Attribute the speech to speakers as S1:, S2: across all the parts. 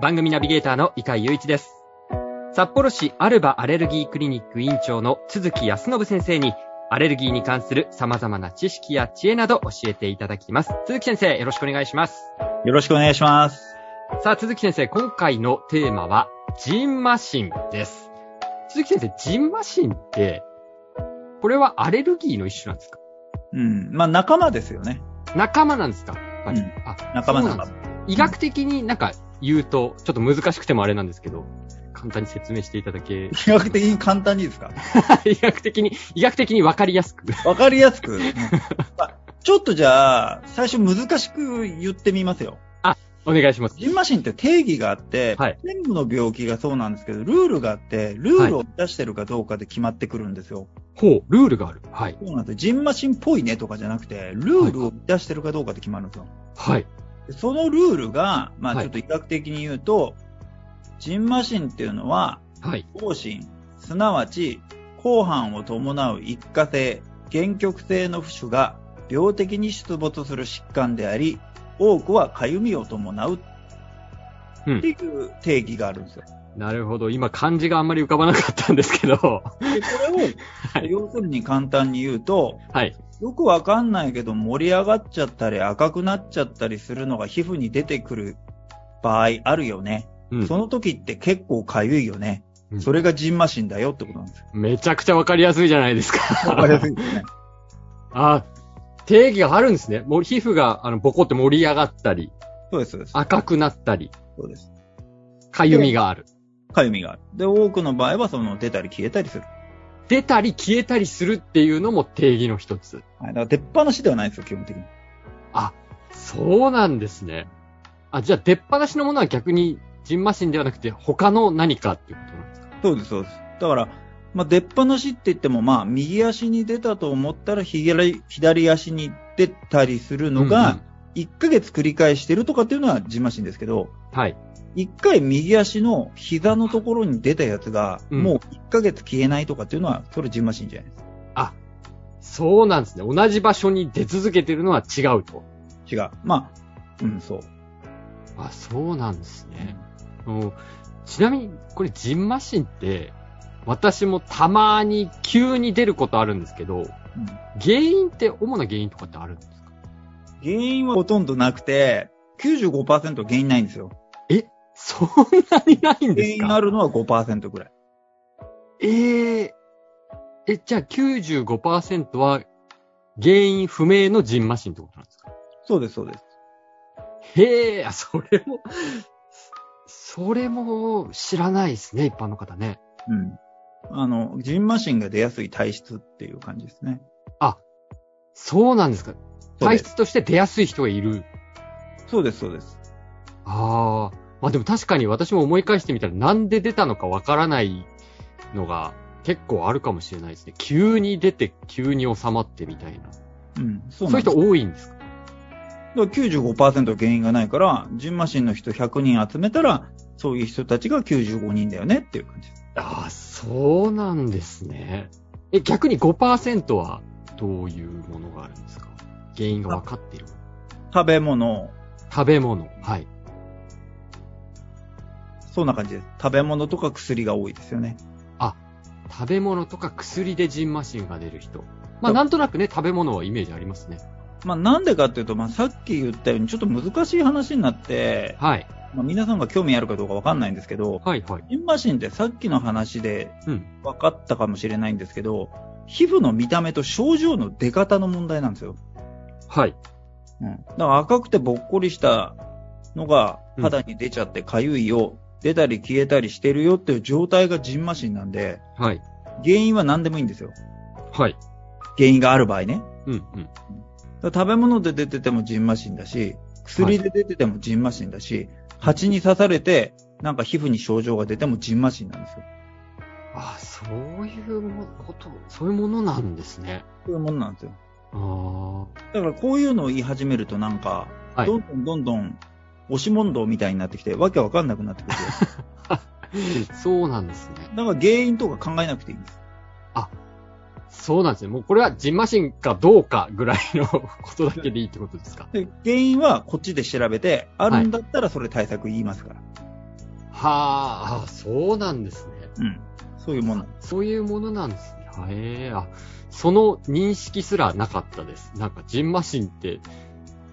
S1: 番組ナビゲーターの伊海雄一です。札幌市アルバアレルギークリニック院長の鈴木康信先生に、アレルギーに関する様々な知識や知恵など教えていただきます。鈴木先生、よろしくお願いします。
S2: よろしくお願いします。
S1: さあ、鈴木先生、今回のテーマは、ジンマシンです。鈴木先生、ジンマシンって、これはアレルギーの一種なんですか
S2: うん。まあ、仲間ですよね。
S1: 仲間なんですかやっぱり
S2: うん
S1: あ
S2: 仲間
S1: そうな
S2: 仲
S1: ん
S2: 間
S1: です。医学的になんか言うと、ちょっと難しくてもあれなんですけど、簡単に説明していただけ
S2: 医学的に簡単にですか
S1: 医学的に、医学的に分かりやすく。
S2: わかりやす く。まあちょっとじゃあ、最初難しく言ってみますよ。
S1: お願いします。
S2: ジンマシンって定義があって、
S1: はい
S2: 全部の病気がそうなんですけど、ルールがあって、ルールを出してるかどうかで決まってくるんですよ。
S1: ほう、ルールがある。はい。
S2: そうなんですよ。ジンマシンっぽいねとかじゃなくて、ルールを出してるかどうかで決まるんですよ。
S1: はい。
S2: でそのルールが、まあ
S1: はい
S2: ちょっと医学的に言うと、ジンマシンっていうのは、
S1: はい。
S2: 方針、すなわち、後半を伴う一過性、原曲性の不種が病的に出没する疾患であり、多くはかゆみを伴う
S1: うん
S2: っていう定義があるん ですよ。
S1: なるほど。今、漢字があんまり浮かばなかったんですけど。
S2: でこれを、
S1: い
S2: 要するに簡単に言うと、
S1: はい。
S2: よくわかんないけど盛り上がっちゃったり赤くなっちゃったりするのが皮膚に出てくる場合あるよね。
S1: うん
S2: そ。の時って結構かゆいよね。
S1: うん
S2: それがジンマシンだよってことなんですよ。
S1: めちゃくちゃ分かりやすいじゃないですか。
S2: わかりやすいですね。
S1: あ、定義があるんですね。もう皮膚が、あの、ボコって盛り上がったり、
S2: そうです、そうです。
S1: 赤くなったり、
S2: そうです。
S1: かゆみがある。
S2: かゆみがある。で、多くの場合は、その、出たり消えたりする。
S1: 出たり消えたりするっていうのも定義の一つ。
S2: はい。だから、出っ放しではないんですよ、基本的に。
S1: そうなんですね。あ、じゃあ出っ放しのものは逆に、ジンマシンではなくて、他の何かっていうことなんですか
S2: そうです、そうです。だから、まあ、出っ放しって言っても、まあ、右足に出たと思ったら、左、左足に出たりするの
S1: うん
S2: が、1ヶ月繰り返してるとかっていうのは、ジンマシンですけど、
S1: うんはい。
S2: 1回右足の膝のところに出たやつが、
S1: うん
S2: もう1ヶ月消えないとかっていうのは、それジンマシンじゃないですか。
S1: そうなんですね。同じ場所に出続けてるのは違うと。
S2: 違う。まあ、うん、そう。
S1: あ、そうなんですね。うんちなみに、これ、ジンマシンって、私もたまに急に出ることあるんですけど、
S2: うん
S1: 原因って、主な原因とかってあるんですか
S2: 原因はほとんどなくて、95%原因ないんですよ。
S1: そんなにないん
S2: 原
S1: です
S2: 因あ
S1: か
S2: るのは5%ぐらい。
S1: えー、え、じゃあ95%は原因不明のジンマシンってことなんですか
S2: そうです、そうです。
S1: へえ、あそれも、それも知らないですね、一般の方ね。
S2: うん。あの、ジンマシンが出やすい体質っていう感じですね。
S1: そうなんですか。
S2: そう
S1: 体
S2: です
S1: 質として出やすい人がいる。
S2: そうです、そうです。
S1: ああ。まあでも確かに私も思い返してみたらなんで出たのかわからないのが結構あるかもしれないですね。急に出て急に収まってみたいな。
S2: うん、そ
S1: そううい
S2: な
S1: うん
S2: で
S1: 人
S2: す。だか
S1: 多いんですから
S2: 95%原因がないから、ジンマシンの人100人集めたら、そういう人たちが95人だよねっていう感じです。
S1: ああ、そうなんですね。え、逆に5%はどういうものがあるんですか原因がわかっている。
S2: 食べ物、
S1: 食べ物。はい。
S2: そんな感じです。食べ物とか薬が多いですよね。
S1: 食べ物とか薬でジンマシンが出る人。まあなんとなくね、食べ物はイメージありますね。
S2: まあなんでかっていうと、まあさっき言ったようにちょっと難しい話になって、
S1: はい。
S2: まあ皆さんが興味あるかどうかわかんないんですけど、
S1: はいはい。
S2: ジンマシンってさっきの話で
S1: うん。
S2: 分かったかもしれないんですけど、皮膚の見た目と症状の出方の問題なんですよ。
S1: はい。
S2: うん。だから赤くてぼっこりしたのが肌に出ちゃってかゆいよ、出たり消えたりしてるよっていう状態がジンマシンなんで、
S1: はい。
S2: 原因は何でもいいんですよ。
S1: はい。
S2: 原因がある場合ね。
S1: うんうん。
S2: だから食べ物で出ててもジンマシンだし、薬で出ててもジンマシンだし、蜂に刺されてなんか皮膚に症状が出てもジンマシンなんですよ。
S1: あ、そういうもこと、そういうものなんですね。
S2: そういうもんなんですよ。
S1: ああ。は
S2: だからこういうのを言い始めるとなんか、
S1: い
S2: どん。どんどんどん押し問答みたいになってきて、わけわかんなくなって くる。
S1: そうなんですね。
S2: だから原因とか考えなくていいんです。
S1: そうなんですね。もうこれはジンマシンかどうかぐらいのことだけでいいってことですか。
S2: で原因はこっちで調べて、あるんだったらそれ対策言いますから。
S1: はあ、あそうなんですね。
S2: うん。そういうもんなんです。
S1: そういうものなんですね。はえー、あ、その認識すらなかったです。なんかジンマシンって、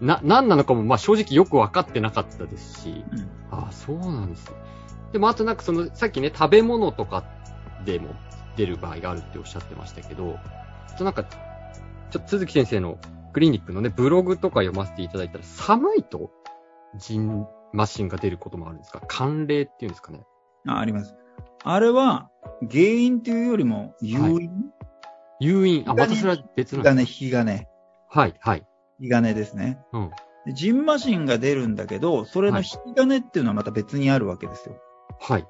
S1: な、何なのかも、まあ正直よく分かってなかったですし。
S2: うん
S1: あそうなんですね。でもあとなんかその、さっきね、食べ物とかでも出る場合があるっておっしゃってましたけど、あとなんか、ちょっと鈴木先生のクリニックのね、ブログとか読ませていただいたら、寒いと、ジンマシンが出ることもあるんですか寒冷っていうんですかね。
S2: あ、あります。あれは、原因というよりも、誘
S1: はい
S2: 因
S1: 誘引。あ、
S2: 火種
S1: 私は別
S2: 火
S1: なんです。
S2: 金、火金、
S1: はい、はい。
S2: 火金ですね。
S1: うん。
S2: でジンマシンが出るんだけど、それの
S1: はい
S2: 引き金っていうのはまた別にあるわけですよ。
S1: はい。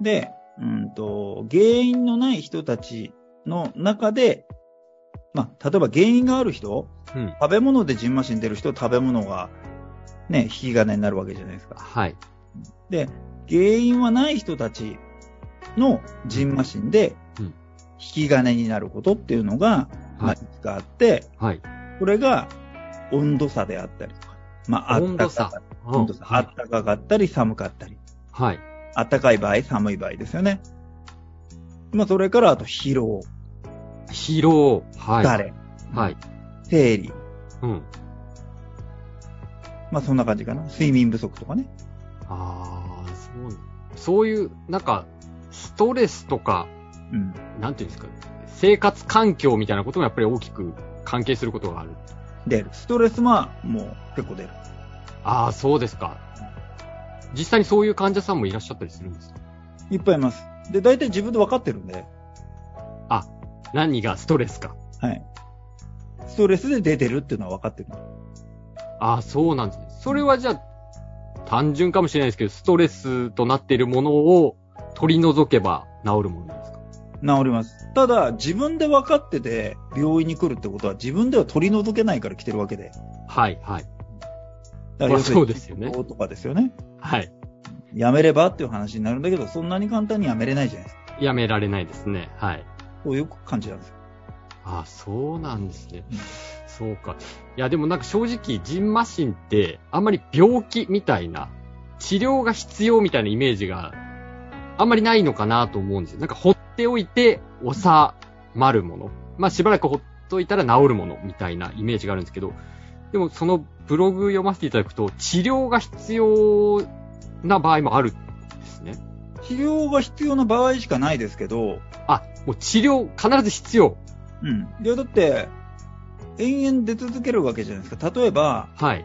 S2: で、うんと、原因のない人たちの中で、まあ、例えば原因がある人、
S1: うん。
S2: 食べ物でジンマシン出る人、食べ物が、ね、引き金になるわけじゃないですか。
S1: はい。
S2: で、原因はない人たちのジンマシンで
S1: うん、
S2: 引き金になることっていうのが、まあ、
S1: はい
S2: いつかあって、
S1: はい。
S2: これが温度差であったりとか、まあ、あっ
S1: 温
S2: た
S1: 度
S2: か
S1: 差。
S2: 温度差
S1: は
S2: あ
S1: い
S2: ったかかったり寒かったり。
S1: はい。
S2: 暖かい場合、寒い場合ですよね。まあ、それから、あと、疲労、
S1: 疲労。はい。
S2: 疲れ、
S1: はい。
S2: 生理。
S1: うん。
S2: まあ、そんな感じかな。睡眠不足とかね。
S1: ああ、そう、そういう、なんか、ストレスとか、
S2: うん。
S1: なんていうんですか、生活環境みたいなこともやっぱり大きく関係することがある。
S2: 出る。ストレスは、もう、結構出る。
S1: ああ、そうですか。実際にそういう患者さんもいらっしゃったりするんですか
S2: いっぱいいます。で、大体自分で分かってるんで、
S1: 何がストレスか。
S2: はい。ストレスで出てるっていうのは分かってる。
S1: ああ、そうなんですね。それはじゃあ、単純かもしれないですけど、ストレスとなっているものを取り除けば治るものなんですか
S2: 治ります。ただ、自分で分かってて、病院に来るってことは、自分では取り除けないから来てるわけで。
S1: はい、はい。
S2: だ
S1: まあそう
S2: に
S1: ですよね
S2: 疲労とかですよね。
S1: はい。
S2: やめればっていう話になるんだけど、そんなに簡単にやめれないじゃないですか。
S1: やめられないですね。はい。
S2: こういう感じなんですよ。
S1: ああ、そうなんですね
S2: うん。
S1: そうか。いや、でもなんか正直、ジンマシンって、あんまり病気みたいな、治療が必要みたいなイメージがあんまりないのかなと思うんですよ。なんか放っておいて収まるもの。まあしばらく放っといたら治るものみたいなイメージがあるんですけど、でもそのブログ読ませていただくと、治療が必要な場合もあるんですね。
S2: 治療が必要な場合しかないですけど、
S1: あ、もう治療必ず必要。
S2: うん。いや、だって、延々出続けるわけじゃないですか。例えば、
S1: はい。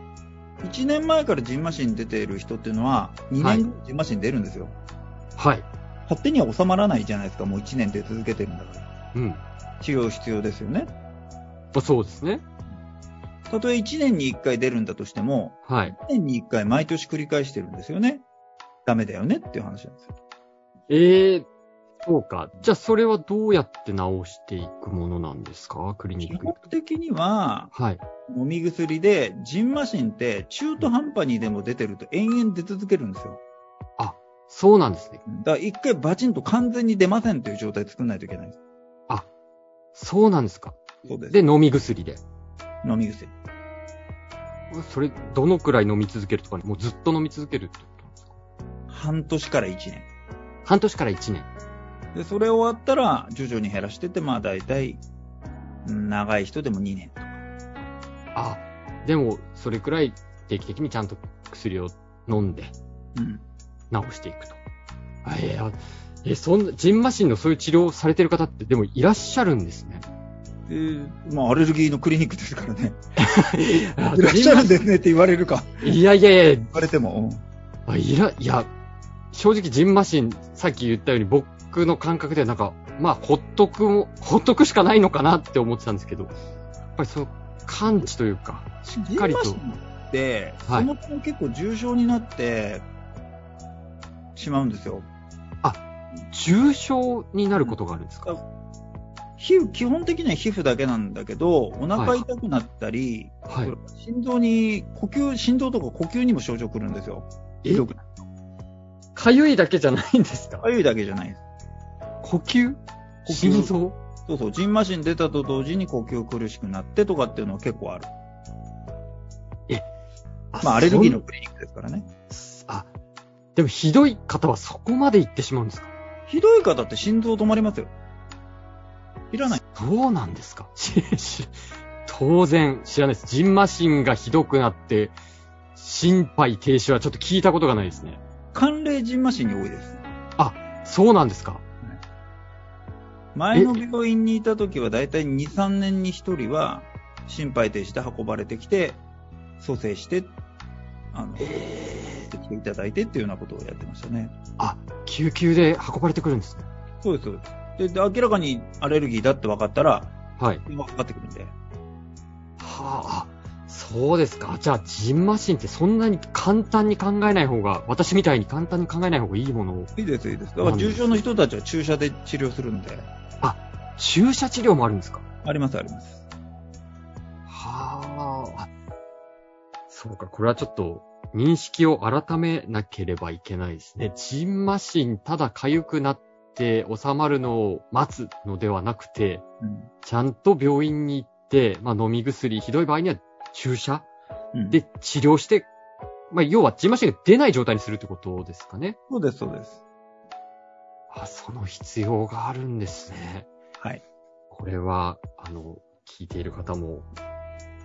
S2: 1年前からジンマシン出ている人っていうのは、2
S1: はい
S2: 年後ジンマシン出るんですよ。
S1: はい。
S2: 勝手には収まらないじゃないですか。もう1年出続けてるんだから。
S1: うん。ま
S2: 治療必要ですよね。
S1: あそうですね。
S2: たとえ1年に1回出るんだとしても、
S1: はい。
S2: 1年に1回毎年繰り返してるんですよね。ダメだよねっていう話なんですよ。
S1: ええそうか。じゃあ、それはどうやって治していくものなんですかクリニ
S2: 基
S1: ック
S2: 本。的には、
S1: はい。
S2: 飲み薬で、ジンマシンって中途半端にでも出てると延々出続けるんですよ。
S1: そうなんですね。
S2: だから一回バチンと完全に出ませんという状態作らないといけないんです。
S1: そうなんですか。
S2: そうです。
S1: で、飲み薬で。
S2: 飲み薬。
S1: それ、どのくらい飲み続けるとか、もうずっと飲み続けるってことなんですか
S2: 半年から1年。
S1: 半年から1年。
S2: で、それ終わったら徐々に減らしてって、まあ大体、うん長い人でも2年とか。
S1: あ、でも、それくらい定期的にちゃんと薬を飲んで
S2: うん。
S1: 治していくと。あええあえそんな、ジンマシンのそういう治療をされてる方って、でもいらっしゃるんですね。
S2: えーまあアレルギーのクリニックですからね。
S1: あ
S2: いらっしゃるん
S1: ジ
S2: ですねって言われるか。
S1: ンマシンいやいやいや、
S2: 言われても。うん
S1: あ、いら、いや、正直ジンマシン、さっき言ったように僕の感覚ではなんか、まあ、ほっとくも、ほっとくしかないのかなって思ってたんですけど、やっぱりその、感知というか、しっ
S2: ジン
S1: かり
S2: マ
S1: と
S2: シンって、
S1: はい
S2: その後結構重症になって、しまうんですよ。
S1: 重症になることがあるんですか、
S2: 皮膚基本的には皮膚だけなんだけど、お腹痛くなったり、
S1: はい。
S2: 心臓に、呼吸、心臓とか呼吸にも症状くるんですよ。
S1: え
S2: ひどくない。
S1: かゆいだけじゃないんですか
S2: かゆいだけじゃないです。
S1: 呼吸
S2: 呼吸
S1: 心臓
S2: そうそう、ジンマシン出たと同時に呼吸苦しくなってとかっていうのは結構ある。まあ、アレルギーのクリニックですからね。
S1: そんあ、でもひどい方はそこまで行ってしまうんですか
S2: ひどい方って心臓止まりますよ。いらない。
S1: そうなんですか しし当然知らないです。ジンマシンがひどくなって、心肺停止はちょっと聞いたことがないですね。
S2: 寒冷ジンマシンに多いです。
S1: そうなんですか
S2: 前の病院にいた時は大体2、3年に1人は心肺停止で運ばれてきて、蘇生して、あの、来ていただいてっていうようなことをやってましたね。
S1: あ、救急で運ばれてくるんですね。
S2: そうです、そうです。で、で明らかにアレルギーだって分かったら、
S1: はい。
S2: 電話かかってくるんで。
S1: はあ、そうですか。じゃあ、ジンマシンってそんなに簡単に考えない方が、私みたいに簡単に考えない方がいいものを、
S2: いいです、いいです。だから重症の人たちは注射で治療するんで。
S1: 注射治療もあるんですか
S2: あります、あります。
S1: はあ。そうか、これはちょっと認識を改めなければいけないですね。ジンマシン、ただ痒くなって収まるのを待つのではなくて、
S2: うん。
S1: ちゃんと病院に行って、まあ飲み薬、ひどい場合には注射
S2: うん、
S1: で治療して、まあ要はジンマシンが出ない状態にするってことですかね。
S2: そうです、そうです。
S1: あ、その必要があるんですね。
S2: はい。
S1: これは、あの、聞いている方も、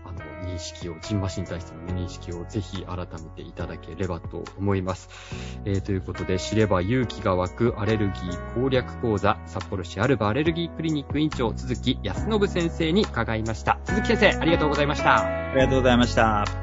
S1: あの、認識を、ジンマシンに対しての認識をぜひ改めていただければと思います。えーということで、知れば勇気が湧くアレルギー攻略講座、札幌市アルバアレルギークリニック院長、鈴木康信先生に伺いました。鈴木先生、ありがとうございました。
S2: ありがとうございました。